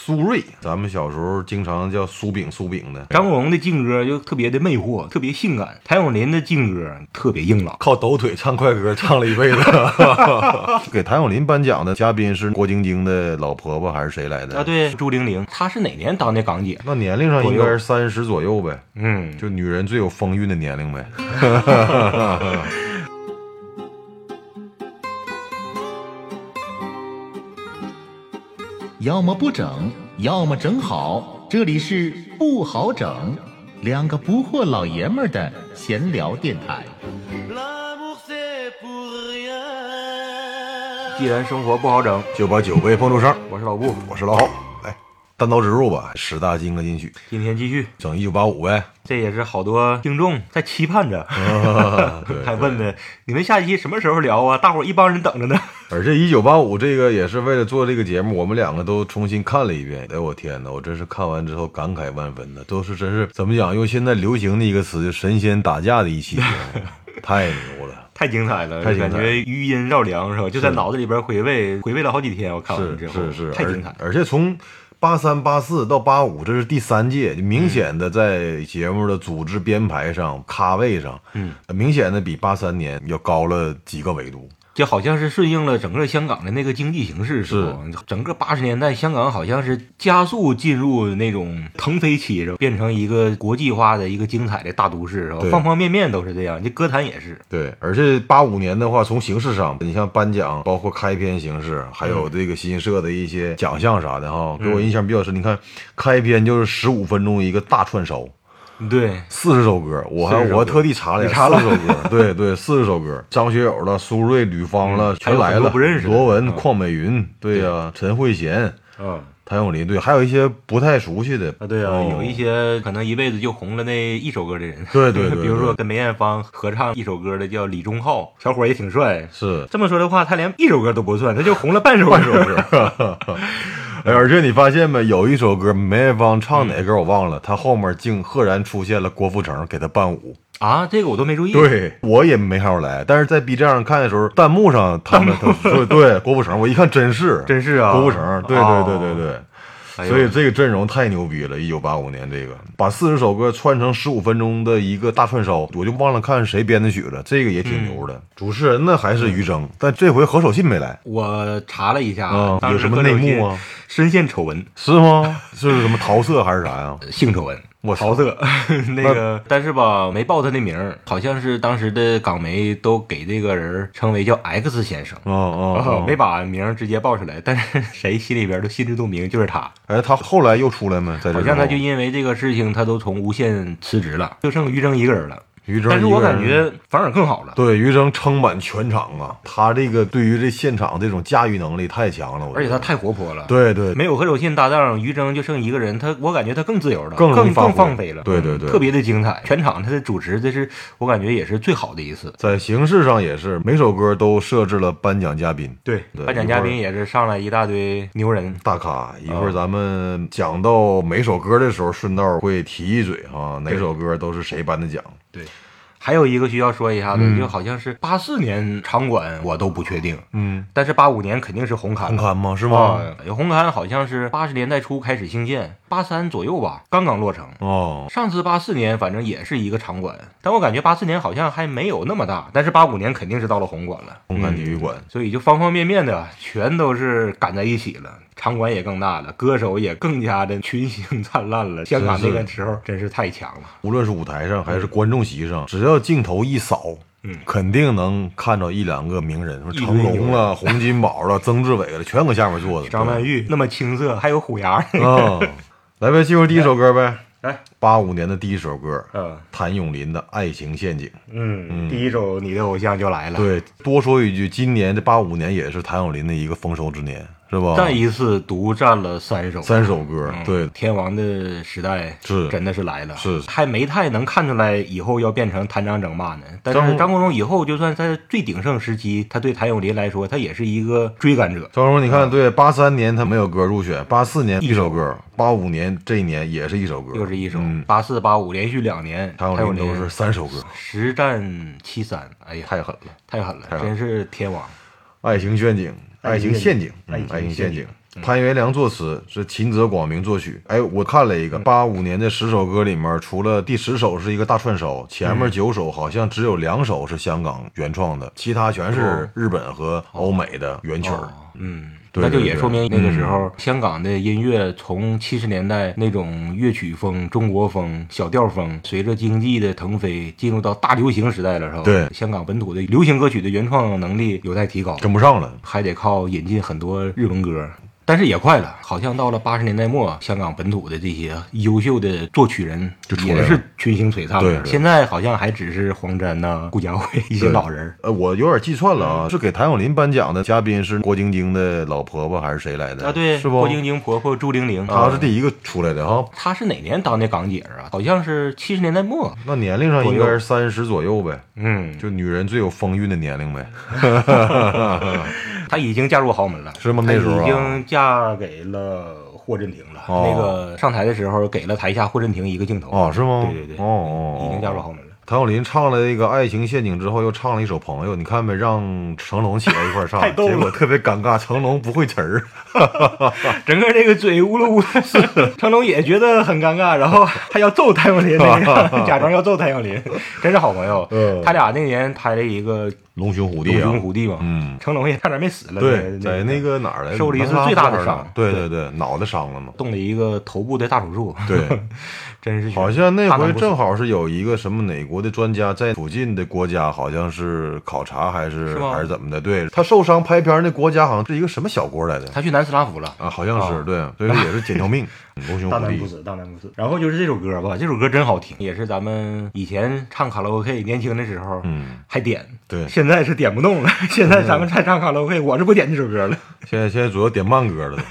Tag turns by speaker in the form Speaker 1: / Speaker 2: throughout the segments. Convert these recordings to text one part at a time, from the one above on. Speaker 1: 苏芮，咱们小时候经常叫苏饼苏饼的。
Speaker 2: 张国荣的劲歌就特别的魅惑，特别性感；谭咏麟的劲歌特别硬朗。
Speaker 1: 靠抖腿唱快歌唱了一 辈子。给谭咏麟颁奖的嘉宾是郭晶晶的老婆婆还是谁来的？
Speaker 2: 啊，对，朱玲玲，她是哪年当的港姐？
Speaker 1: 那年龄上应该是三十左右呗，
Speaker 2: 嗯，
Speaker 1: 就女人最有风韵的年龄呗。
Speaker 3: 要么不整，要么整好。这里是不好整，两个不惑老爷们儿的闲聊电台。
Speaker 4: L'amour c'est pour rien.
Speaker 2: 既然生活不好整，
Speaker 1: 就把酒杯碰出声，
Speaker 2: 我是老布，
Speaker 1: 我是老郝。来，单刀直入吧，十大金歌金曲，
Speaker 2: 今天继续。
Speaker 1: 整一九八五呗。
Speaker 2: 这也是好多听众在期盼着，
Speaker 1: 对
Speaker 2: 还问呢，你们下期什么时候聊啊？大伙儿一帮人等着呢。
Speaker 1: 而这一九八五这个也是为了做这个节目，我们两个都重新看了一遍。哎，我天哪，我真是看完之后感慨万分呐，都是真是怎么讲？用现在流行的一个词，就神仙打架的一期节目，太牛了。
Speaker 2: 太精彩了，
Speaker 1: 太精彩
Speaker 2: 感觉余音绕梁是吧？就在脑子里边回味，回味了好几天。我 看完
Speaker 1: 是
Speaker 2: 之后，
Speaker 1: 是是，
Speaker 2: 太精彩了。
Speaker 1: 而而且从八三八四到八五，这是第三届，明显的在节目的组织编排上、咖位上，
Speaker 2: 嗯，
Speaker 1: 明显的比八三年要高了几个维度。
Speaker 2: 就好像是顺应了整个香港的那个经济形势，吧？整个八十年代，香港好像是加速进入那种腾飞期，是吧？变成一个国际化的一个精彩的大都市，是吧
Speaker 1: 对？
Speaker 2: 方方面面都是这样，这歌坛也是。
Speaker 1: 对，而且八五年的话，从形式上，你像颁奖，包括开篇形式，还
Speaker 2: 嗯
Speaker 1: 有这个新设的一些奖项啥的哈，给我印象比较深。你看，开篇就是十五分钟一个大串烧，
Speaker 2: 对，
Speaker 1: 四十首歌，我还
Speaker 2: 40首歌
Speaker 1: 我还特地查了一下，查了首歌，对对，四十首歌，张学友了，苏芮、吕方了，
Speaker 2: 嗯还
Speaker 1: 全
Speaker 2: 有
Speaker 1: 来
Speaker 2: 很多
Speaker 1: 了，
Speaker 2: 不认识的
Speaker 1: 罗文、
Speaker 2: 嗯
Speaker 1: 邝美云，对呀、陈慧娴、
Speaker 2: 嗯。
Speaker 1: 谭咏麟，对，还有一些不太熟悉的
Speaker 2: 啊，对啊，
Speaker 1: 哦
Speaker 2: 有一些可能一辈子就红了那一首歌的人，
Speaker 1: 对 对对
Speaker 2: 比如
Speaker 1: 对
Speaker 2: 说跟梅艳芳合唱一首歌的叫李钟浩，小伙儿也挺帅。
Speaker 1: 是
Speaker 2: 这么说的话，他连一首歌都不算，他就红了半首
Speaker 1: 半首
Speaker 2: 歌。
Speaker 1: 歌。 哎，而且你发现没，有一首歌梅艳芳唱哪
Speaker 2: 嗯
Speaker 1: 歌我忘了，她后面竟赫然出现了郭富城给她伴舞。
Speaker 2: 啊，这个我都没注意。，
Speaker 1: 对我也没看出来，但是在 B 站上看的时候，弹幕上他们都 说对郭富城，我一看真是
Speaker 2: 真是啊
Speaker 1: 郭富城，对对
Speaker 2: 哦
Speaker 1: 对对对。
Speaker 2: 哎呦
Speaker 1: 所以这个阵容太牛逼了！一九八五年这个把四十首歌串成十五分钟的一个大串烧，我就忘了看谁编的曲了，这个也挺牛
Speaker 2: 嗯
Speaker 1: 的。主持人呢还是于铮，但这回何守信没来，
Speaker 2: 我查了一下，啊
Speaker 1: 嗯
Speaker 2: 当时
Speaker 1: 有什么
Speaker 2: 何守
Speaker 1: 内幕
Speaker 2: 信
Speaker 1: 啊？
Speaker 2: 深陷丑闻，
Speaker 1: 是吗？ 是什么桃色还是啥呀？
Speaker 2: 性丑 闻。
Speaker 1: 我操
Speaker 2: 桃色，那个，但是吧，没报他的名儿，好像是当时的港媒都给这个人儿称为叫 X 先生，
Speaker 1: 哦哦，哦
Speaker 2: 啊没。把名儿直接报出来，但是谁心里边都心知肚明，就是他。
Speaker 1: 哎，他后来又出来没？在这
Speaker 2: 好
Speaker 1: 之
Speaker 2: 像
Speaker 1: 后
Speaker 2: 他就因为这个事情，他都从无线辞职了，就剩于正一个人了。
Speaker 1: 于正，
Speaker 2: 但是我感觉反而更好了，
Speaker 1: 对于正撑满全场啊，他这个对于这现场这种驾驭能力太强了，我觉
Speaker 2: 而且
Speaker 1: 得
Speaker 2: 他太活泼了。，
Speaker 1: 对对
Speaker 2: 没有何守信搭档，于正就剩一个人，他我感觉他更自由了，
Speaker 1: 更
Speaker 2: 更
Speaker 1: 容易发挥
Speaker 2: 放飞了。
Speaker 1: 对对对
Speaker 2: 特别的精彩，全场他的主持，这是我感觉也是最好的一次。
Speaker 1: 在形式上也是，每首歌都设置了颁奖嘉宾。
Speaker 2: 对
Speaker 1: 对
Speaker 2: 颁奖嘉
Speaker 1: 一
Speaker 2: 宾也是上来一大堆牛人。
Speaker 1: 大咖，一
Speaker 2: 啊
Speaker 1: 会儿咱们讲到每首歌的时候，顺道会提一嘴哈，哪
Speaker 2: 对
Speaker 1: 首歌都是谁颁的奖。
Speaker 2: 对，还有一个需要说一下的，就好像是八四年场馆我都不确定，
Speaker 1: 嗯，
Speaker 2: 但是八五年肯定是红
Speaker 1: 红
Speaker 2: 磡。
Speaker 1: 勘吗？是吗？
Speaker 2: 啊，红磡好像是八十年代初开始兴建，八三左右吧，刚刚落成。
Speaker 1: 哦，
Speaker 2: 上次八四年反正也是一个场馆，但我感觉八四年好像还没有那么大，但是八五年肯定是到了红馆了，
Speaker 1: 红勘体育馆。
Speaker 2: 所以就方方面面的全都是赶在一起了，场馆也更大了，歌手也更加的群星灿烂了。香港那个时候真是太强了，
Speaker 1: 无论是舞台上还是观众席上，只要镜头一扫，
Speaker 2: 嗯
Speaker 1: 肯定能看到一两个名人，说
Speaker 2: 一堆
Speaker 1: 成龙了、洪金宝了、曾志伟了，全搁下面坐着。
Speaker 2: 张曼玉那么青涩，还有虎牙，
Speaker 1: 对啊，来呗，进入第一首歌呗。
Speaker 2: 来，
Speaker 1: 八五年的第一首歌，
Speaker 2: 嗯
Speaker 1: 谭咏麟的《爱情陷阱》。
Speaker 2: 嗯，第一首你的偶像就来了，，
Speaker 1: 对，多说一句，今年这八五年也是谭咏麟的一个丰收之年，是吧？
Speaker 2: 但一次独占了哦三首，
Speaker 1: 三首歌，
Speaker 2: 嗯
Speaker 1: 对，
Speaker 2: 天王的时代
Speaker 1: 是
Speaker 2: 真的是来了，
Speaker 1: 是
Speaker 2: 还没太能看出来以后要变成谭张争霸呢。但是
Speaker 1: 张
Speaker 2: 张国荣以后就算在最鼎盛时期，他对谭咏麟来说，他也是一个追赶者。
Speaker 1: 张荣，你
Speaker 2: 嗯
Speaker 1: 看，对，八三年他没有歌入选，八四年一首歌，八五年这一年也是一首歌，
Speaker 2: 又是一首
Speaker 1: 嗯
Speaker 2: 八四八五连续两年，
Speaker 1: 谭
Speaker 2: 谭
Speaker 1: 咏
Speaker 2: 咏
Speaker 1: 麟都是三首 歌，
Speaker 2: 实战七三，哎呀，
Speaker 1: 太狠了。
Speaker 2: 太狠了
Speaker 1: 太，狠了
Speaker 2: 真是天王。
Speaker 1: 爱情陷阱，爱情陷阱，嗯
Speaker 2: 爱情陷阱
Speaker 1: 爱情陷阱。潘元良作词，是秦泽广明作曲。哎，我看了一
Speaker 2: 嗯
Speaker 1: 个八五年的十首歌里面，除了第十首是一个大串
Speaker 2: 嗯
Speaker 1: 烧，前面九首好像只有两首是香港原创的，其他全是日本和欧美的原曲儿。
Speaker 2: 嗯，
Speaker 1: 对
Speaker 2: 那就
Speaker 1: 对
Speaker 2: 也
Speaker 1: 对嗯
Speaker 2: 说明那个时候香港的音乐从七十年代那种乐曲风、中国风、小调风，随着经济的腾飞，进入到大流行时代了，是吧？
Speaker 1: 对
Speaker 2: 香港本土的流行歌曲的原创能力有待提高，
Speaker 1: 跟不上了，
Speaker 2: 还得靠引进很多日文歌。但是也快了，好像到了八十年代末，香港本土的这些优秀的作曲人
Speaker 1: 就出来了
Speaker 2: 也是群星璀璨
Speaker 1: 对
Speaker 2: 了。
Speaker 1: 对
Speaker 2: 现在好像还只是黄沾呐、顾嘉辉一些
Speaker 1: 对
Speaker 2: 老人儿。
Speaker 1: 呃，我有点记串了
Speaker 2: 嗯
Speaker 1: 啊，是给谭咏麟颁奖的嘉宾是郭晶晶的老婆婆还是谁来的
Speaker 2: 啊，对，
Speaker 1: 是不？
Speaker 2: 郭晶晶婆婆朱玲玲，
Speaker 1: 她
Speaker 2: 啊
Speaker 1: 是第一个出来的哈，
Speaker 2: 她是哪年当的港姐啊？好像是七十年代末。
Speaker 1: 那年龄上应
Speaker 2: 左
Speaker 1: 该
Speaker 2: 右
Speaker 1: 是三十左右呗，
Speaker 2: 嗯，
Speaker 1: 就女人最有风韵的年 龄呗。
Speaker 2: 她已经嫁入豪门了，
Speaker 1: 是吗
Speaker 2: 她
Speaker 1: 那时候啊
Speaker 2: 已经嫁给了霍震霆了。
Speaker 1: 哦
Speaker 2: 那个上台的时候给了台下霍震霆一个镜头。
Speaker 1: 哦，是吗？
Speaker 2: 对对
Speaker 1: 哦
Speaker 2: 对
Speaker 1: 哦，
Speaker 2: 已经嫁入豪
Speaker 1: 门。
Speaker 2: 门了。
Speaker 1: 谭咏麟唱了那个《爱情陷阱》之后，又唱了一首《朋友》，你看没？让成龙起来一块儿唱
Speaker 2: 太，逗了
Speaker 1: 结果特别尴尬，成龙不会词儿。
Speaker 2: 整个这个嘴乌噜 乌噜，成龙也觉得很尴尬，然后还要揍谭咏麟，那个假装要揍谭咏麟，真是好朋友。
Speaker 1: 嗯
Speaker 2: 他俩那年拍了一个《
Speaker 1: 龙兄虎弟
Speaker 2: 龙
Speaker 1: 啊，
Speaker 2: 兄虎弟》嘛，
Speaker 1: 嗯，
Speaker 2: 成龙也差点没死了。
Speaker 1: 对，
Speaker 2: 在
Speaker 1: 在那个哪儿来着？
Speaker 2: 受了一次
Speaker 1: 南沙
Speaker 2: 最大的
Speaker 1: 那儿呢
Speaker 2: 伤
Speaker 1: 对对对，脑袋伤 了嘛。
Speaker 2: 动了一个头部的大手术，
Speaker 1: 对，
Speaker 2: 真是
Speaker 1: 好像那
Speaker 2: 大
Speaker 1: 回
Speaker 2: 难不死
Speaker 1: 正好是有一个什么哪国的专家在附近的国家，好像是考察还是
Speaker 2: 是吗
Speaker 1: 还是怎么的？对他受伤拍片儿那国家好像是一个什么小国来的
Speaker 2: 他去南斯拉夫了。
Speaker 1: 啊，好像是
Speaker 2: 啊
Speaker 1: 对，所以说也是捡 条命，嗯龙兄
Speaker 2: 大
Speaker 1: 虎
Speaker 2: 难不
Speaker 1: 弟。
Speaker 2: 死，大难不死。然后就是这首歌吧，这首歌真好听，也是咱们以前唱卡拉 OK，年轻的时候，
Speaker 1: 嗯，
Speaker 2: 还点，
Speaker 1: 对嗯
Speaker 2: 现在是点不动了。现在咱们再唱卡拉 OK，我是不点这首歌了。
Speaker 1: 现在现在主要点慢歌了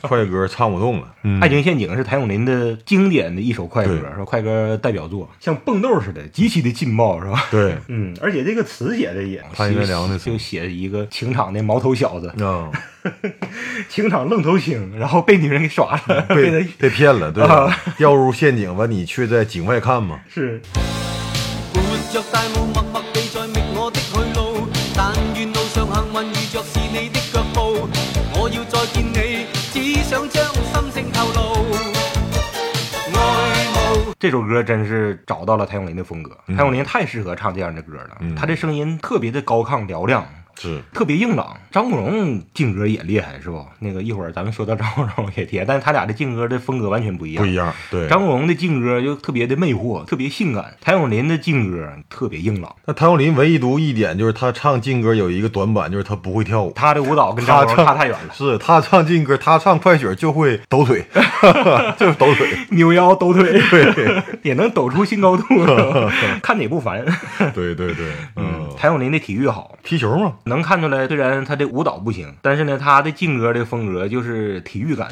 Speaker 1: 都，快歌唱不动了。嗯
Speaker 2: 爱情陷阱》是谭咏麟的经典的一首快歌
Speaker 1: 对，
Speaker 2: 是快歌代表作，像蹦豆似的，极其的劲爆，是吧？哦
Speaker 1: 对，
Speaker 2: 嗯，而且这个词写的也
Speaker 1: 潘元良的词
Speaker 2: 就写一个情场的毛头小子，
Speaker 1: 啊，
Speaker 2: 情场愣头青，然后被女人给耍了，
Speaker 1: 被
Speaker 2: 他
Speaker 1: 被骗了，对吧
Speaker 2: 啊？
Speaker 1: 掉入陷阱吧，你却在井外看 嘛。
Speaker 2: 是
Speaker 4: 伴着大雾，默默地在觅我的去路。但愿路上幸运遇着是你的脚步，我要再见你，只想将心声透露。爱慕。
Speaker 2: 这首歌真是找到了谭咏麟的风格，谭咏麟太适合唱这样的歌了，
Speaker 1: 嗯
Speaker 2: 他这声音特别的高亢嘹亮。
Speaker 1: 是，
Speaker 2: 特别硬朗，张国荣劲歌也厉害，是不？那个一会儿咱们说到张国荣也提，但是他俩的劲歌的风格完全不一样。
Speaker 1: 不一样。对，
Speaker 2: 张国荣的劲歌就特别的魅惑，特别性感；谭咏麟的劲歌特别硬朗，
Speaker 1: 那谭咏麟唯独一点就是他唱劲歌有一个短板，就是他不会跳舞。
Speaker 2: 他的舞蹈跟张国
Speaker 1: 他
Speaker 2: 荣
Speaker 1: 唱
Speaker 2: 差太远了，
Speaker 1: 是他唱劲歌，他唱快曲就会抖腿， 就是抖腿。
Speaker 2: 扭腰抖腿
Speaker 1: 对
Speaker 2: 也能抖出新高 度，是吧看着也不烦。
Speaker 1: 对对对，嗯，
Speaker 2: 谭咏麟的体育好，
Speaker 1: 踢球嘛，
Speaker 2: 能看出来，虽然他的舞蹈不行，但是呢，他的劲歌的风格就是体育感，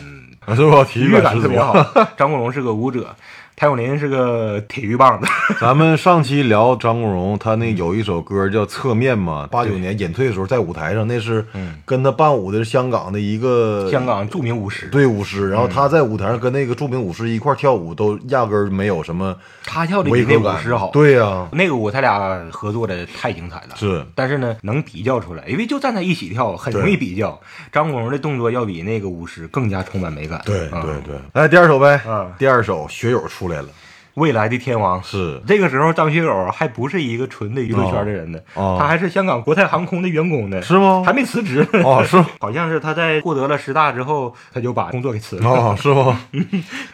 Speaker 1: 啊是吧？体
Speaker 2: 体
Speaker 1: 育
Speaker 2: 育
Speaker 1: 感
Speaker 2: 感
Speaker 1: 十
Speaker 2: 特
Speaker 1: 足
Speaker 2: 别。好。 张国荣是个舞者，谭咏麟是个体育棒 子。
Speaker 1: 咱们上期聊张国荣，他那有一首歌叫《侧面》
Speaker 2: 嗯
Speaker 1: 嘛，八九年隐退的时候在舞台上，那是跟他伴舞的是香港的一个
Speaker 2: 香港著名舞狮，
Speaker 1: 对舞狮，然后他在舞台上跟那个著名舞狮一块儿跳舞，都压根儿没有什么
Speaker 2: 他跳的
Speaker 1: 违
Speaker 2: 比那
Speaker 1: 和
Speaker 2: 舞
Speaker 1: 感。
Speaker 2: 狮好。，嗯
Speaker 1: 对呀、
Speaker 2: 那个舞他俩合作的太精彩了。
Speaker 1: 是
Speaker 2: 但是呢，能比较出来，因为就站在一起跳，很容易比较。张国荣的动作要比那个舞狮更加充满美感。
Speaker 1: 对
Speaker 2: 啊
Speaker 1: 对对。来第二首呗
Speaker 2: 嗯，
Speaker 1: 第二首学友出来了，
Speaker 2: 未来的天王。
Speaker 1: 是
Speaker 2: 这个时候，张学友还不是一个纯的娱乐圈的人呢，
Speaker 1: 哦哦
Speaker 2: 他还是香港国泰航空的员工呢，
Speaker 1: 是吗
Speaker 2: 还没辞职呢
Speaker 1: 哦是吗
Speaker 2: 好像是他在获得了师大之后，他就把工作给辞了。
Speaker 1: 哦，是吗？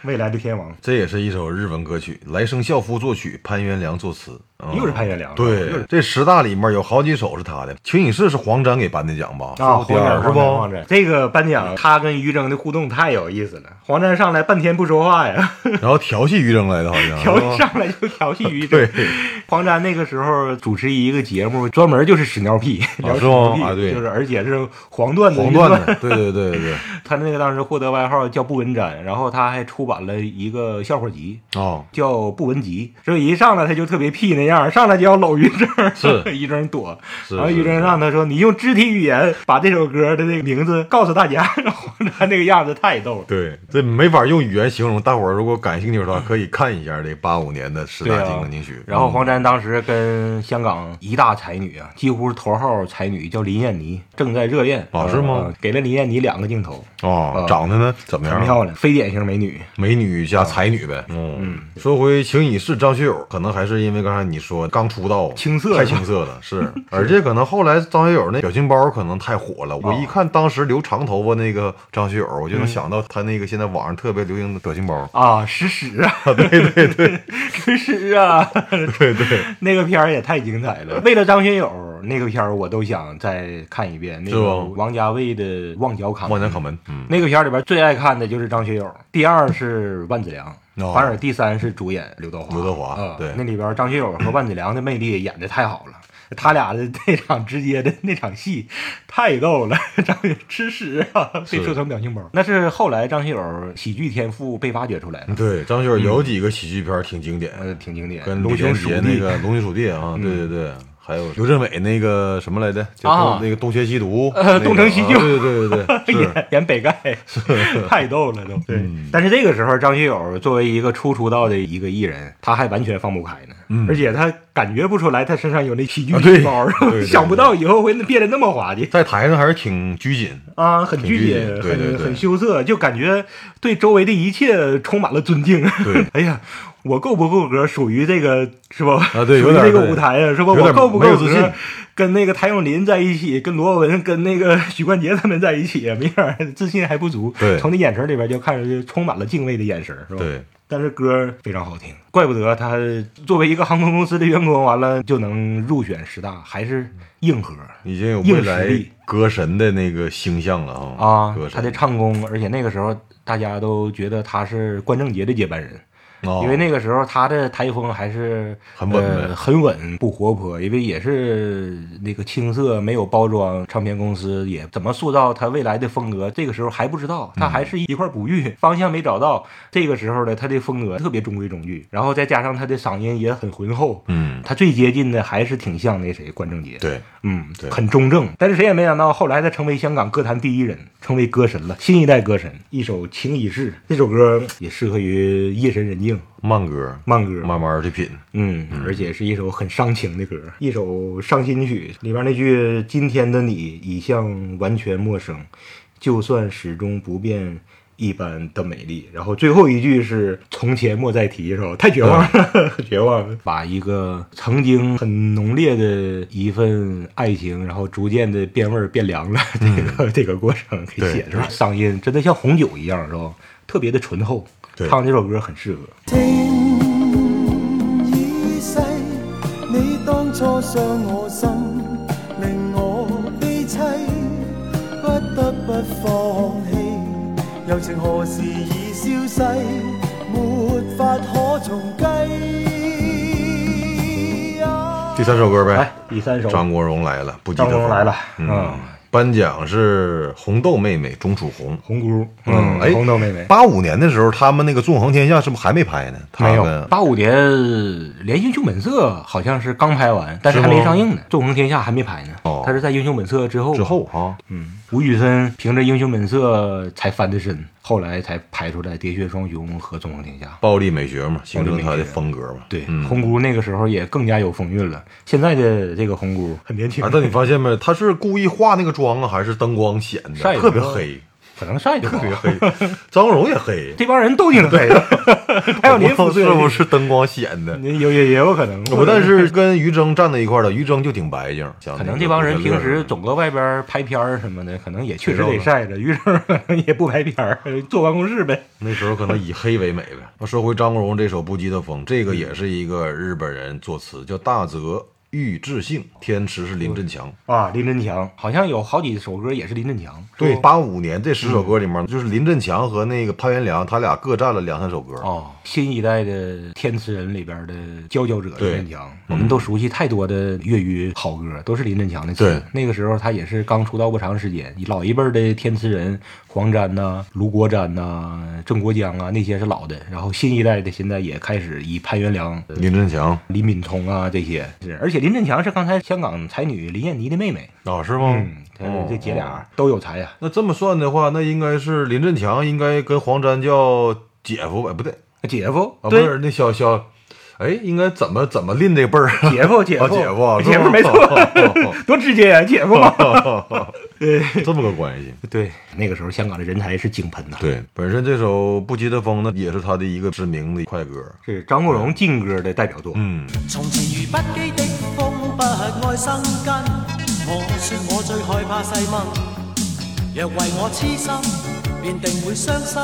Speaker 2: 未来的天王
Speaker 1: 这也是一首日文歌曲，来生孝夫作曲，潘元良作词，嗯
Speaker 2: 又是潘元良又
Speaker 1: 对
Speaker 2: 啊是，
Speaker 1: 这十大里面有好几首是他的，《情影室》是黄沾给颁的奖吧？
Speaker 2: 啊，
Speaker 1: 是不是第二是
Speaker 2: 黄沾，
Speaker 1: 不
Speaker 2: 黄？沾这个颁奖，他跟于正的互动太有意思了。黄沾上来半天不说话呀，
Speaker 1: 然后调戏于正来的，好像
Speaker 2: 调
Speaker 1: 是吧
Speaker 2: 上来就调戏于正
Speaker 1: 对。，
Speaker 2: 黄沾那个时候主持一个节目，专门就是屎尿屁， 聊屎尿屁，
Speaker 1: 是吗啊对
Speaker 2: 就是而且是黄段子，
Speaker 1: 黄段子，对对对对对，
Speaker 2: 他那个当时获得外号叫不文詹，然后他还出版了一个笑话集，
Speaker 1: 哦，
Speaker 2: 叫不文集。这一上来他就特别屁那样，上来就要搂于正，
Speaker 1: 是
Speaker 2: 于正躲，
Speaker 1: 是
Speaker 2: 然后
Speaker 1: 是
Speaker 2: 于正让他说你用肢体语言把这首歌的那个名字告诉大家， 然后他那个样子太逗了。
Speaker 1: 对，这没法用语言形容。大伙儿如果感兴趣的话，可以看一下这八五年的十
Speaker 2: 对
Speaker 1: 大
Speaker 2: 啊
Speaker 1: 金刚金曲。嗯
Speaker 2: 然后黄沾当时跟香港一大才女啊，几乎是头号才女，叫林燕妮，正在热恋。
Speaker 1: 哦是吗
Speaker 2: 呃给了林燕妮两个镜头，
Speaker 1: 哦，
Speaker 2: 啊
Speaker 1: 长得呢怎么样？
Speaker 2: 很漂亮，非典型美女。
Speaker 1: 美女加才女呗。嗯，说回《情已逝》，张学友可能还是因为刚才你说刚出道，
Speaker 2: 青涩
Speaker 1: 太
Speaker 2: 是吧
Speaker 1: 青涩了， 是。而且可能后来张学友那表情包可能太火了，我一看当时留长头发那个张学友，我就能想到他那个现在网上特别流行的表情包。
Speaker 2: 啊，史史啊，
Speaker 1: 对对 对
Speaker 2: 史史啊，
Speaker 1: 对对，
Speaker 2: 那个片儿也太精彩了。为了张学友那个片儿，我都想再看一遍。那
Speaker 1: 是
Speaker 2: 个
Speaker 1: 吧
Speaker 2: 王家卫的《旺角卡门
Speaker 1: 望江》，口门，嗯，
Speaker 2: 那个片儿里边最爱看的就是张学友，第二是万梓良，
Speaker 1: 哦
Speaker 2: 反而第三是主演刘德华。
Speaker 1: 刘德华
Speaker 2: 啊
Speaker 1: 对
Speaker 2: 那里边张学友和万梓良的魅力演的太好了。他俩的那场直接的那场戏太逗了， 张学友吃屎啊，被
Speaker 1: 是
Speaker 2: 做成表情包。那是后来张学友喜剧天赋被发掘出来的，
Speaker 1: 嗯对，张学友有几个喜剧片儿挺经典，
Speaker 2: 呃，挺经典。
Speaker 1: 跟
Speaker 2: 龙
Speaker 1: 李
Speaker 2: 兄
Speaker 1: 连
Speaker 2: 鼠
Speaker 1: 杰
Speaker 2: 弟
Speaker 1: 那个《龙兄鼠弟》啊，对对对，还有刘镇伟那个什么来着，叫
Speaker 2: 啊
Speaker 1: 东那个《东邪西毒》
Speaker 2: 呃
Speaker 1: 那个
Speaker 2: 东成西就
Speaker 1: 啊对对对对 对，是 嗯
Speaker 2: 演演北丐， 太逗了都。对，但是这个时候张学友作为一个初出道的一个艺人，他还完全放不开呢，而且他感觉不出来他身上有那喜剧
Speaker 1: 嗯啊对
Speaker 2: 细胞，
Speaker 1: 对对对
Speaker 2: 想不到以后会变得那么滑稽
Speaker 1: 在台上还是挺拘谨，
Speaker 2: 啊，很
Speaker 1: 挺
Speaker 2: 拘
Speaker 1: 拘
Speaker 2: 谨，
Speaker 1: 谨对对
Speaker 2: 很
Speaker 1: 对
Speaker 2: 很羞涩，就感觉对周围的一切充满了尊敬。
Speaker 1: 对
Speaker 2: 哎呀。我够不够格属于这个是吧？
Speaker 1: 啊对
Speaker 2: 属
Speaker 1: 有
Speaker 2: 于
Speaker 1: 点
Speaker 2: 这个
Speaker 1: 对
Speaker 2: 舞台啊，是吧？
Speaker 1: 有点
Speaker 2: 我够不
Speaker 1: 没
Speaker 2: 够
Speaker 1: 有自信
Speaker 2: 格跟那个谭咏麟在一起，跟罗文、跟那个 许冠杰他们在一起，没法儿自信还不足。
Speaker 1: 对
Speaker 2: 从那眼神里边就看着就充满了敬畏的眼神，是吧？。
Speaker 1: 对，
Speaker 2: 但是歌非常好听，怪不得他作为一个航空公司的员工，完了就能入选十大，还是硬核
Speaker 1: 已经有
Speaker 2: 硬
Speaker 1: 未
Speaker 2: 实
Speaker 1: 来
Speaker 2: 力
Speaker 1: 歌神的那个形象了啊
Speaker 2: 啊
Speaker 1: 歌！
Speaker 2: 他的
Speaker 1: 神，
Speaker 2: 唱功，而且那个时候大家都觉得他是关正杰的接班人。
Speaker 1: 哦
Speaker 2: 因为那个时候他的台风还是
Speaker 1: 很稳呗
Speaker 2: 呃很稳，不活泼，因为也是那个青涩，没有包装，唱片公司也怎么塑造他未来的风格，这个时候还不知道，他还是一块璞玉，方向没找到。这个时候呢，他的风格特别中规中矩，然后再加上他的嗓音也很浑厚，
Speaker 1: 嗯，
Speaker 2: 他最接近的还是挺像那谁关正杰，
Speaker 1: 对，
Speaker 2: 嗯，
Speaker 1: 对
Speaker 2: 很中正。但是谁也没想到，后来他成为香港歌坛第一人，成为歌神了，新一代歌神。一首《情已逝》这首歌也适合于夜深人静。
Speaker 1: 慢歌，
Speaker 2: 慢歌，
Speaker 1: 慢慢去品，
Speaker 2: 嗯，而且是一首很伤情的歌，一首伤心曲。里边那句“今天的你已像完全陌生，就算始终不变一般的美丽”，然后最后一句是“从前莫再提”，是吧？太绝望了，很 绝望了。把一个曾经很浓烈的一份爱情，然后逐渐的变味儿、变凉了， 这个、这个过程给
Speaker 1: 对
Speaker 2: 写出来，嗓音真的像红酒一样，是吧？特别的醇厚，
Speaker 1: 对
Speaker 2: 唱这首歌很适合。
Speaker 5: 情已逝，你当初伤我心，令我悲凄，不得不放弃。友情何时已消逝，没法可重计。啊
Speaker 1: 第三首歌
Speaker 2: 来
Speaker 1: 呗，，
Speaker 2: 第三哎首。
Speaker 1: 张国荣来了，不记得
Speaker 2: 张国荣
Speaker 1: 风
Speaker 2: 来了，
Speaker 1: 嗯，颁奖是红豆妹妹钟楚红。
Speaker 2: 红姑，嗯
Speaker 1: 哎，
Speaker 2: 红豆妹妹。
Speaker 1: 八五年的时候，他们那个《纵横天下》是不是还没拍呢？他
Speaker 2: 没有，
Speaker 1: 们
Speaker 2: 八五年《连英雄本色》好像是刚拍完，但是
Speaker 1: 是
Speaker 2: 还
Speaker 1: 吗
Speaker 2: 没上映呢，《纵横天下》还没拍呢。
Speaker 1: 哦
Speaker 2: 他是在《英雄本色》之后。
Speaker 1: 之，后啊，
Speaker 2: 嗯，吴宇森凭着《英雄本色》才翻的身，后来才拍出来《喋血双雄》和《纵横天下》。
Speaker 1: 暴力美学嘛，形
Speaker 2: 暴
Speaker 1: 成
Speaker 2: 力美
Speaker 1: 他的
Speaker 2: 学
Speaker 1: 风格嘛。
Speaker 2: 对，
Speaker 1: 嗯
Speaker 2: 红姑那个时候也更加有风韵了。现在的这个红姑很年轻
Speaker 1: 啊，，但你发现没？他是故意化那个妆啊，还是灯光显的
Speaker 2: 晒得
Speaker 1: 特别
Speaker 2: 高
Speaker 1: 黑？
Speaker 2: 可能晒得特
Speaker 1: 特别。黑，张国荣也黑，
Speaker 2: 这帮人都挺 黑的，还有
Speaker 1: 我不
Speaker 2: 您
Speaker 1: 知道
Speaker 2: 肤色
Speaker 1: 是不是灯光显的？
Speaker 2: 有有也有可能，
Speaker 1: 我但是跟于铮站在一块儿的，于铮就挺白净。像
Speaker 2: 可
Speaker 1: 那
Speaker 2: 能
Speaker 1: 个
Speaker 2: 这帮人
Speaker 1: 古天乐啊
Speaker 2: 平时
Speaker 1: 似的
Speaker 2: 总搁外边儿拍片儿什么的，可能也确实
Speaker 1: 谁
Speaker 2: 得
Speaker 1: 知
Speaker 2: 晒着，于是可能也不拍片儿，坐办公室呗。
Speaker 1: 那时候可能以黑为美呗。那说回张国荣这首《不羁的风》，这个也是一个日本人作词，叫大泽玉置信，天池是林振强。
Speaker 2: 啊，林振强好像有好几首歌也是林振强。
Speaker 1: 对，八五年这十首
Speaker 2: 嗯
Speaker 1: 歌里面，就是林振强和那个潘元良，他俩各占了两三首歌。
Speaker 2: 哦，新一代的天池人里边的佼佼者林
Speaker 1: 对
Speaker 2: 振强，我们都熟悉太多的粤语好歌，都是林振强的词
Speaker 1: 对。
Speaker 2: 那个时候他也是刚出道不长时间，老一辈儿的天池人，黄沾呐、卢国沾呐、郑国江啊，那些是老的。然后新一代的现在也开始以潘元良、呃
Speaker 1: 林振强
Speaker 2: 李敏聪啊这些是，而且林振强是刚才香港才女林燕妮的妹妹，
Speaker 1: 啊，是吗？
Speaker 2: 嗯，她
Speaker 1: 哦
Speaker 2: 这姐俩都有才呀、啊
Speaker 1: 那这么算的话，那应该是林振强应该跟黄沾叫姐夫吧？哎不对，
Speaker 2: 姐夫哦
Speaker 1: 啊，不
Speaker 2: 对
Speaker 1: 是，那小小，哎，应该怎么怎么拎这辈儿？
Speaker 2: 姐夫 姐夫
Speaker 1: 啊姐夫哦啊
Speaker 2: 姐夫没错，多直接呀，姐夫嘛。
Speaker 1: 这么个关系。
Speaker 2: 对，那个时候香港的人才是井喷呐。
Speaker 1: 对，本身这首《不羁的风》呢，也是他的一个知名的快歌。
Speaker 2: 是张国荣劲歌的代表作。
Speaker 1: 嗯，
Speaker 4: 從前如不羈的風，不愛生根。我說我最害怕細蚊，若為我痴心，便定會傷心。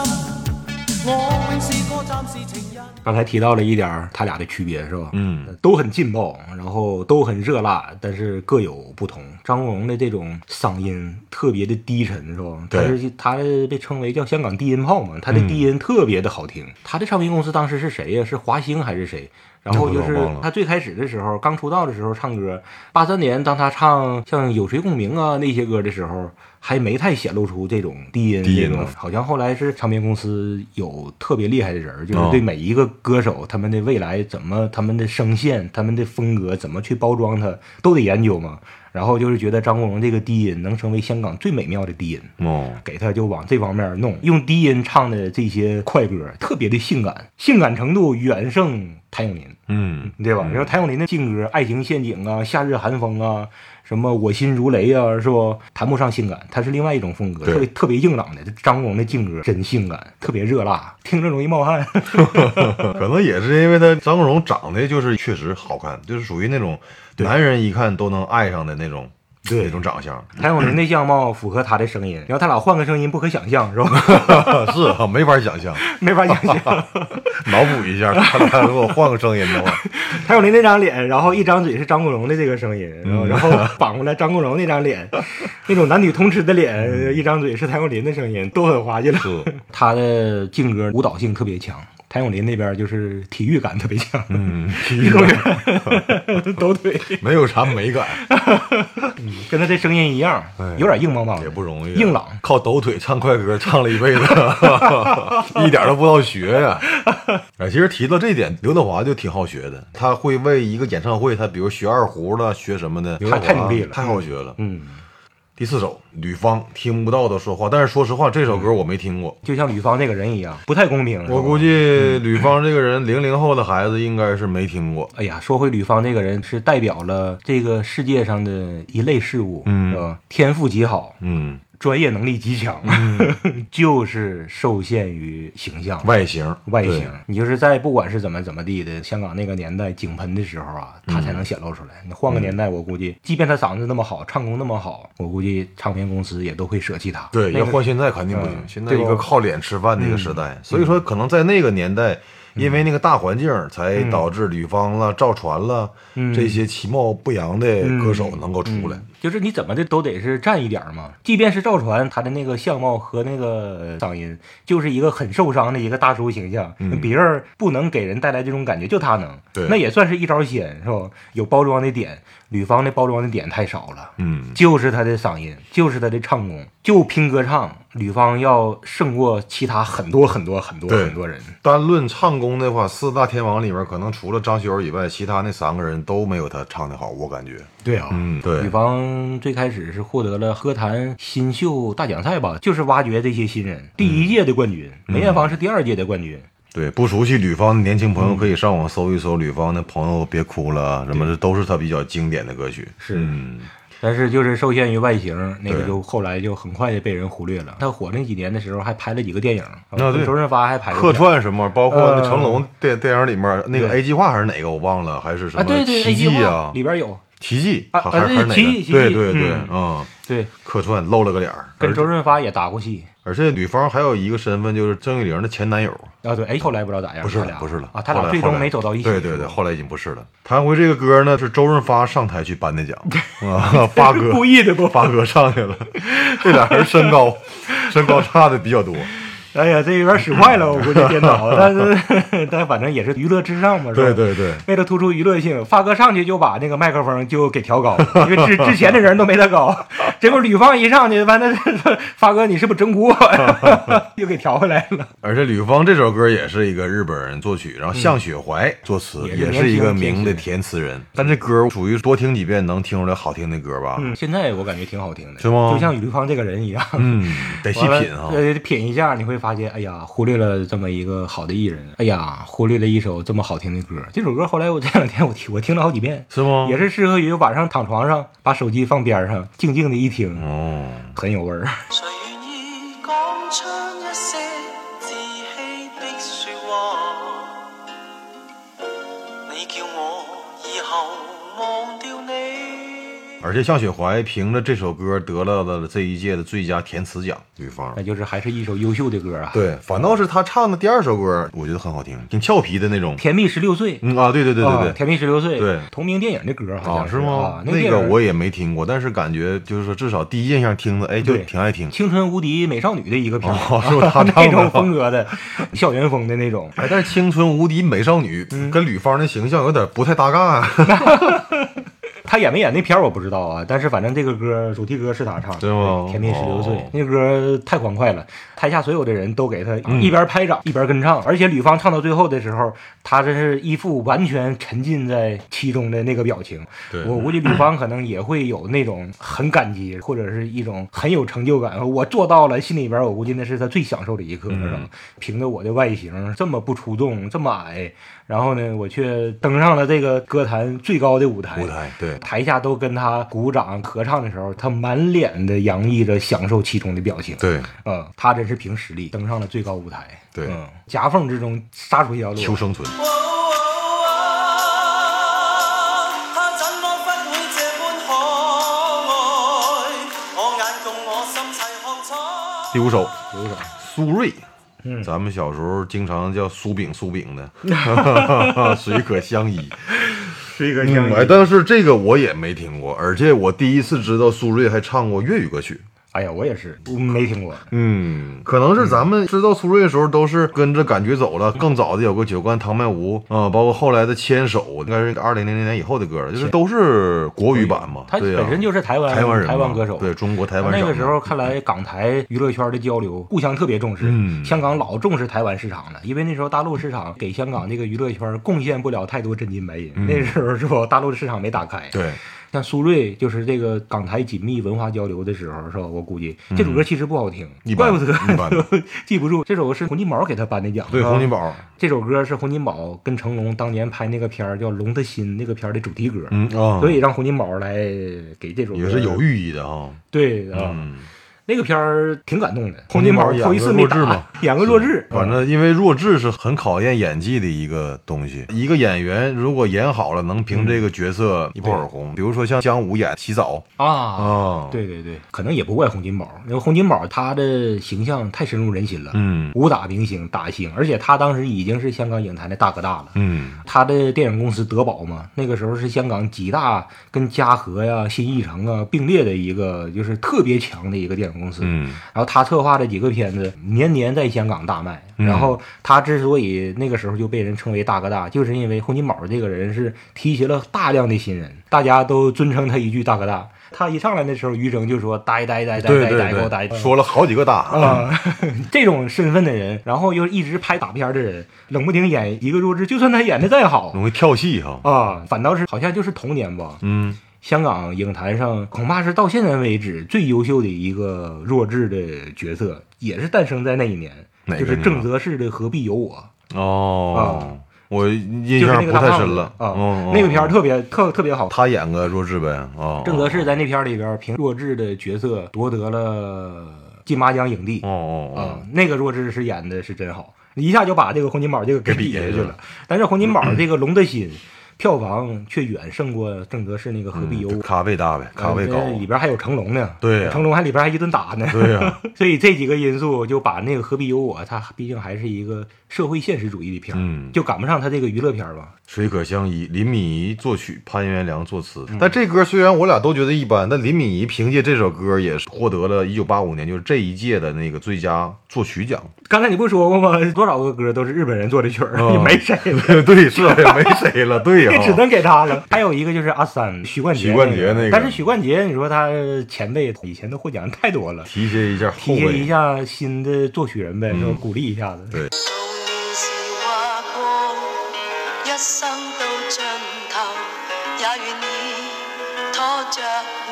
Speaker 4: 我永是個暫時情人。
Speaker 2: 刚才提到了一点儿他俩的区别是吧？
Speaker 1: 嗯，
Speaker 2: 都很劲爆，然后都很热辣，但是各有不同。张国荣的这种嗓音特别的低沉是吧？
Speaker 1: 对嗯
Speaker 2: 他是他被称为叫香港低音炮嘛，他的低音特别的好听。他的唱片公司当时是谁呀？是华星还是谁？然后就
Speaker 1: 那
Speaker 2: 是
Speaker 1: 我忘了
Speaker 2: 他最开始的时候，刚出道的时候唱歌，八三年当他唱像《有谁共鸣啊》那些歌的时候，还没太显露出这种低音
Speaker 1: 低音
Speaker 2: 这种
Speaker 1: 呢
Speaker 2: 好像后来是唱片公司有特别厉害的人儿，就是
Speaker 1: 哦
Speaker 2: 对每一个歌手他们的未来怎么、他们的声线、他们的风格怎么去包装它，都得研究嘛。然后就是觉得张国荣这个低音能成为香港最美妙的低音，
Speaker 1: 哦，
Speaker 2: 给他就往这方面弄，用低音唱的这些快歌特别的性感，性感程度远胜谭咏麟。
Speaker 1: 嗯，
Speaker 2: 对吧？你说谭咏麟的劲歌《爱情陷阱》啊，《夏日寒风》啊，什么《我心如雷》啊，是不？谈不上性感，它是另外一种风格，
Speaker 1: 对
Speaker 2: 特别特别硬朗的。这张国荣的劲歌真性感，特别热辣，听着容易冒汗。
Speaker 1: 可能也是因为他张国荣长得就是确实好看，就是属于那种男人一看都能爱上的那种
Speaker 2: 对
Speaker 1: 那种长 相。
Speaker 2: 谭咏麟的相貌符合他的声音，然后他俩换个声音不可想象，是吧？
Speaker 1: 是啊，没法想象，
Speaker 2: 没法想象。
Speaker 1: 脑补一下，他俩如果换个声音的话，
Speaker 2: 谭咏麟那张脸，然后一张嘴是张国荣的这个声音，然后然后反过来张国荣那张 脸，那种男女通吃的脸，一张嘴是谭咏麟的声音，都很滑稽了。
Speaker 1: 是
Speaker 2: 嗯他的劲歌舞蹈性特别强，谭咏麟那边就是体育感特别强，
Speaker 1: 嗯，
Speaker 2: 运动 员都 对，
Speaker 1: 没有啥美感，
Speaker 2: 跟他这声音一样
Speaker 1: 哎，
Speaker 2: 有点硬邦邦的，
Speaker 1: 也不容易啊，
Speaker 2: 硬朗。
Speaker 1: 靠抖腿唱快歌唱了一辈子， 一点都不好学呀、哎，其实提到这点，刘德华就挺好学的，他会为一个演唱会，他比如学二胡了，学什么的，刘德华
Speaker 2: 太努力了
Speaker 1: 太好学了。
Speaker 2: 嗯，
Speaker 1: 第四首，吕方听不到的说话，但是说实话，这首歌我没听过。
Speaker 2: 就像吕方那个人一样，不太公平。是吧
Speaker 1: 我估
Speaker 2: 嗯
Speaker 1: 计吕方这个人，零零后的孩子应该是没听过。
Speaker 2: 哎呀，说回吕方这个人，是代表了这个世界上的一类事物，
Speaker 1: 嗯
Speaker 2: 是吧？天赋极好，
Speaker 1: 嗯，
Speaker 2: 专业能力极强， 就是受限于形象。
Speaker 1: 外形，
Speaker 2: 外形
Speaker 1: 对，
Speaker 2: 你就是在不管是怎么怎么地的，香港那个年代井喷的时候啊，
Speaker 1: 嗯
Speaker 2: 他才能显露出来。你换个年代，我估计，即便他嗓子那么好，唱功那么好，我估计唱片公司也都会舍弃他。
Speaker 1: 对，
Speaker 2: 那
Speaker 1: 要
Speaker 2: 个
Speaker 1: 换现在肯定不行。
Speaker 2: 嗯
Speaker 1: 现在
Speaker 2: 对
Speaker 1: 一
Speaker 2: 吧嗯
Speaker 1: 个靠脸吃饭的一个时代，所以说可能在那个年代，因为那个大环境，才
Speaker 2: 嗯
Speaker 1: 导致吕方啦、赵传啦、这些其貌不扬的
Speaker 2: 嗯
Speaker 1: 歌手能够出来。
Speaker 2: 就是你怎么的都得是占一点儿嘛。即便是赵传，他的那个相貌和那个呃嗓音，就是一个很受伤的一个大叔形象，别人不能给人带来这种感觉，就他能。
Speaker 1: 嗯对
Speaker 2: 那也算是一招鲜，是吧？有包装的点，吕方的包装的点太少了。
Speaker 1: 嗯，
Speaker 2: 就是他的嗓音，就是他的唱功，就拼歌唱，吕方要胜过其他很多很多很多
Speaker 1: 对
Speaker 2: 很多人。
Speaker 1: 单论唱功的话，四大天王里面，可能除了张学友以外，其他那三个人都没有他唱的好，我感觉。
Speaker 2: 对啊，
Speaker 1: 嗯，
Speaker 2: 吕
Speaker 1: 对，
Speaker 2: 方最开始是获得了歌坛新秀大奖赛吧，就是挖掘这些新人，第一届的冠军，梅艳芳是第二届的冠军。
Speaker 1: 对，不熟悉吕方的年轻
Speaker 2: 嗯
Speaker 1: 朋友可以上网搜一搜吕方的朋友别哭了啊，什么的都是他比较经典的歌曲。
Speaker 2: 是
Speaker 1: 嗯，
Speaker 2: 但是就是受限于外形，那个
Speaker 1: 对
Speaker 2: 就后来就很快就被人忽略了。他火那几年的时候还拍了几个电影，
Speaker 1: 那啊对
Speaker 2: 周润发还拍过
Speaker 1: 客串什么，包括那
Speaker 2: 呃
Speaker 1: 成龙电电影里面那个
Speaker 2: 对
Speaker 1: A 计划还是哪个我忘了，还是什
Speaker 2: 啊，
Speaker 1: 么
Speaker 2: 对对
Speaker 1: 奇
Speaker 2: ，A 计
Speaker 1: 迹
Speaker 2: 划
Speaker 1: 啊
Speaker 2: 里，边有
Speaker 1: 奇迹，
Speaker 2: 啊
Speaker 1: 还
Speaker 2: 啊
Speaker 1: 还还是哪
Speaker 2: 奇迹
Speaker 1: 个？
Speaker 2: 奇
Speaker 1: 对
Speaker 2: 迹
Speaker 1: 对对，
Speaker 2: 嗯
Speaker 1: 啊，
Speaker 2: 对，
Speaker 1: 客串露了个脸儿，
Speaker 2: 跟
Speaker 1: 而
Speaker 2: 周润发也打过戏
Speaker 1: 而且女方还有一个身份就是郑裕玲的前男友，
Speaker 2: 啊，对，哎，后来不知道咋样，
Speaker 1: 不是
Speaker 2: 他
Speaker 1: 了，
Speaker 2: 俩
Speaker 1: 不是了
Speaker 2: 啊，他
Speaker 1: 后
Speaker 2: 俩
Speaker 1: 来
Speaker 2: 最
Speaker 1: 后
Speaker 2: 终
Speaker 1: 来
Speaker 2: 没走到一起，
Speaker 1: 对对
Speaker 2: 是
Speaker 1: 对，
Speaker 2: 吧
Speaker 1: 后来已经不是了。谈回这个歌呢，是周润发上台去颁的奖啊，八哥
Speaker 2: 故意的不？
Speaker 1: 八哥上去了，这俩人身高身高差的比较多。
Speaker 2: 哎呀，这有点使坏了，我估计 电脑，但是 但反正也是娱乐至上嘛，是吧？
Speaker 1: 对对对，
Speaker 2: 为了突出娱乐性，发哥上去就把那个麦克风就给调高了，因为之之前的人都没他高， 结果吕方一上去，完了发哥你是不是整蛊我？ 又给调回来了。
Speaker 1: 而且吕方这首歌也是一个日本人作曲，然后向雪怀作词，
Speaker 2: 嗯也是
Speaker 1: 也
Speaker 2: 年
Speaker 1: 是一
Speaker 2: 轻
Speaker 1: 个
Speaker 2: 填
Speaker 1: 名的
Speaker 2: 词
Speaker 1: 填词人。但这歌属于多听几遍能听出来好听的歌吧？
Speaker 2: 嗯，现在我感觉挺好听的，
Speaker 1: 是吗
Speaker 2: 就像吕方这个人一样。
Speaker 1: 嗯，得 细
Speaker 2: 完
Speaker 1: 品
Speaker 2: 了
Speaker 1: 哈。
Speaker 2: 呃，品一下你会发现，哎呀，忽略了这么一个好的艺人，哎呀，忽略了一首这么好听的歌。这首歌后来我这两天我听，我听了好几遍，
Speaker 1: 是吗？
Speaker 2: 也是适合于晚上躺床上，把手机放边上，静静的一听，
Speaker 1: 哦，
Speaker 2: 很有味儿。
Speaker 6: 谁愿意讲出一些自欺的说话？你叫我以后忘掉你。
Speaker 1: 而且向雪怀凭着这首歌得到了这一届的最佳填词奖，吕方
Speaker 2: 那。就是还是一首优秀的歌啊。，
Speaker 1: 对，反倒是他唱的第二首歌，我觉得很好听，挺俏皮的那种。
Speaker 2: 《甜蜜十六岁》
Speaker 1: 嗯啊，对对对对
Speaker 2: 啊
Speaker 1: 对。
Speaker 2: 甜蜜十六岁》
Speaker 1: 对
Speaker 2: 同名电影的歌好
Speaker 1: 啊，
Speaker 2: 像
Speaker 1: 是
Speaker 2: 啊
Speaker 1: 吗？
Speaker 2: 那电
Speaker 1: 个
Speaker 2: 影
Speaker 1: 我也没听过，但是感觉就是说，至少第一印象听着，哎，就
Speaker 2: 对
Speaker 1: 挺爱听。
Speaker 2: 青春无敌美少女的一个片儿，
Speaker 1: 哦是吧他唱的
Speaker 2: 那种风格的， 校园风的那种。
Speaker 1: 哎，但是青春无敌美少女
Speaker 2: 嗯
Speaker 1: 跟吕方的形象有点不太搭嘎啊，
Speaker 2: 他演没演那片儿我不知道啊，但是反正这个歌主题歌是他唱的，
Speaker 1: 对吗
Speaker 2: 甜蜜十六岁
Speaker 1: 哦》
Speaker 2: 那歌太欢快了，台下所有的人都给他
Speaker 1: 嗯
Speaker 2: 一边拍掌一边跟唱，而且吕方唱到最后的时候，他真是一副完全沉浸在其中的那个表情。
Speaker 1: 对
Speaker 2: 我估计吕方可能也会有那种很感激，或者是一种很有成就感，我做到了，心里边我估计那是他最享受的一刻，
Speaker 1: 嗯
Speaker 2: 是吧？凭着我的外形这么不出众，这么矮，然后呢，我却登上了这个歌坛最高的舞台。
Speaker 1: 舞台对。
Speaker 2: 台下都跟他鼓掌合唱的时候，他满脸的洋溢着享受其中的表情。，
Speaker 1: 对，
Speaker 2: 嗯，他真是凭实力登上了最高舞台。
Speaker 1: 对
Speaker 2: 嗯，夹缝之中杀出一条
Speaker 1: 求
Speaker 2: 路。
Speaker 1: 生存，
Speaker 6: 哦哦啊他怎么不会这般可爱？我眼共我心齐喝彩。
Speaker 1: 第五首
Speaker 2: 有一种
Speaker 1: 苏芮，
Speaker 2: 嗯
Speaker 1: 咱们小时候经常叫苏饼苏饼 的，水可相依。
Speaker 2: 是一个
Speaker 1: 嗯，哎，但是这个我也没听过，而且我第一次知道苏芮还唱过粤语歌曲。
Speaker 2: 哎呀，我也是我没听过。
Speaker 1: 嗯，可能是咱们知道苏芮的时候，都是跟着感觉走了。更早的有个《酒灌唐曼屋》啊，包括后来的《牵手》，应该是二零零零年以后的歌了，就是都是国语版嘛。
Speaker 2: 他
Speaker 1: 对呀
Speaker 2: 本身就是台湾
Speaker 1: 台湾人嘛，
Speaker 2: 台湾歌手
Speaker 1: 对中国台湾
Speaker 2: 那
Speaker 1: 省
Speaker 2: 个
Speaker 1: 的
Speaker 2: 时候看来，港台娱乐圈的交流互相特别重视。
Speaker 1: 嗯
Speaker 2: 香港老重视台湾市场了，因为那时候大陆市场给香港这个娱乐圈贡献不了太多真金白
Speaker 1: 嗯
Speaker 2: 银。那时候是吧，大陆市场没打开。
Speaker 1: 对，
Speaker 2: 像苏芮就是这个港台紧密文化交流的时候，是吧？我估计这首歌其实不好听，
Speaker 1: 嗯一
Speaker 2: 怪
Speaker 1: 般
Speaker 2: 不得
Speaker 1: 一般
Speaker 2: 记不住。这首是洪金宝给他颁的奖，
Speaker 1: 对
Speaker 2: 啊
Speaker 1: 洪金宝，
Speaker 2: 这首歌是洪金宝跟成龙当年拍那个片儿叫《龙的心》那个片儿的主题歌，
Speaker 1: 嗯啊，
Speaker 2: 所以让洪金宝来给这首歌
Speaker 1: 也是有寓意的哈。
Speaker 2: 对啊。
Speaker 1: 嗯，
Speaker 2: 那个片儿挺感动的，洪
Speaker 1: 洪
Speaker 2: 金
Speaker 1: 金
Speaker 2: 宝
Speaker 1: 宝演
Speaker 2: 头一次
Speaker 1: 个
Speaker 2: 没
Speaker 1: 弱智嘛
Speaker 2: 打，演个弱智，
Speaker 1: 反正因为弱智是很考验演技的一个东西。一个演员如果演好了，能凭这个角
Speaker 2: 嗯
Speaker 1: 色一炮而红。比如说像姜武演洗澡
Speaker 2: 啊。
Speaker 1: 啊，，
Speaker 2: 对对对，可能也不怪洪金宝，因为洪金宝他的形象太深入人心了，
Speaker 1: 嗯
Speaker 2: 武打明星、打星，而且他当时已经是香港影坛的大哥大了。
Speaker 1: 嗯，
Speaker 2: 他的电影公司德宝嘛，那个时候是香港几大跟嘉禾呀、新艺城啊并列的一个，就是特别强的一个电影公司。
Speaker 1: 嗯
Speaker 2: 然后他策划的几个片子年年在香港大卖。
Speaker 1: 嗯
Speaker 2: 然后他之所以那个时候就被人称为大哥大，就是因为洪金宝这个人是提携了大量的新人，大家都尊称他一句大哥大。他一上来的时候，于正就说：“呆呆呆呆
Speaker 1: 对
Speaker 2: 呆呆，给我
Speaker 1: 对
Speaker 2: 呆！”
Speaker 1: 对，说了好几个大，
Speaker 2: 啊， 这种身份的人，然后又一直拍打片的人，冷不丁演一个弱智，就算他演的再好
Speaker 1: 容易跳戏哈。
Speaker 2: 啊，反倒是好像就是童年吧。
Speaker 1: 嗯，
Speaker 2: 香港影坛上恐怕是到现在为止最优秀的一个弱智的角色，也是诞生在那一年，
Speaker 1: 哪个
Speaker 2: 就是
Speaker 1: 年啊
Speaker 2: 郑则仕的《何必有我》。
Speaker 1: 哦，我印
Speaker 2: 就是那
Speaker 1: 象不
Speaker 2: 个大
Speaker 1: 太
Speaker 2: 胖
Speaker 1: 深
Speaker 2: 子
Speaker 1: 了
Speaker 2: 啊
Speaker 1: 哦，
Speaker 2: 那个片儿
Speaker 1: 哦
Speaker 2: 特别特特别好。
Speaker 1: 他演个弱智呗啊，
Speaker 2: 郑则仕在那片儿里边凭弱智的角色夺得了金马奖影帝。
Speaker 1: 哦哦哦
Speaker 2: 啊、那个弱智是演的是真好，一下就把这个洪金宝这个给
Speaker 1: 给比
Speaker 2: 比下
Speaker 1: 下
Speaker 2: 去
Speaker 1: 去
Speaker 2: 了
Speaker 1: 了。
Speaker 2: 但是洪金宝这个龙的心，票房却远胜过郑则仕那个《何必忧》
Speaker 1: 嗯咖位大呗，咖位高
Speaker 2: 呃。里边还有成龙呢，
Speaker 1: 对呀
Speaker 2: 成龙还里边还一顿打呢，
Speaker 1: 对呀
Speaker 2: 所以这几个因素就把那个《何必忧我》，它毕竟还是一个社会现实主义的片儿，
Speaker 1: 嗯
Speaker 2: 就赶不上它这个娱乐片儿吧。
Speaker 1: 水可相依，林敏怡作曲，潘元良作词。
Speaker 2: 嗯
Speaker 1: 但这歌虽然我俩都觉得一般，但林敏怡凭借这首歌也是获得了1985年，就是这一届的那个最佳作曲奖。
Speaker 2: 刚才你不说过吗？多少个歌都是日本人做的曲儿，
Speaker 1: 嗯
Speaker 2: 也 没谁了。
Speaker 1: 对，是啊也没谁了，对呀、
Speaker 2: 这只能给他了。 还有一个就是阿三许冠杰，
Speaker 1: 许冠杰那个
Speaker 2: 但是许冠杰，你说他前辈以前的获奖太多了，
Speaker 1: 提携一下后
Speaker 2: 提携一
Speaker 1: 辈。
Speaker 2: 下新的作曲人呗，
Speaker 1: 嗯
Speaker 2: 说鼓励一下子。
Speaker 1: 对
Speaker 6: 少年时话过，一生到尽头，也愿意拖着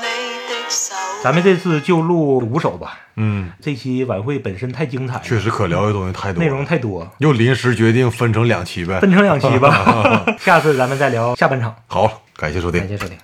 Speaker 6: 你的手。
Speaker 2: 咱们这次就录五首吧。
Speaker 1: 嗯，
Speaker 2: 这期晚会本身太精彩了，
Speaker 1: 确实可聊的东西太多
Speaker 2: 内容
Speaker 1: 了，
Speaker 2: 太多，
Speaker 1: 又临时决定分成两期呗。
Speaker 2: 分成两期吧。下次咱们再聊下半场。
Speaker 1: 好，感谢收听
Speaker 2: 感。谢收听。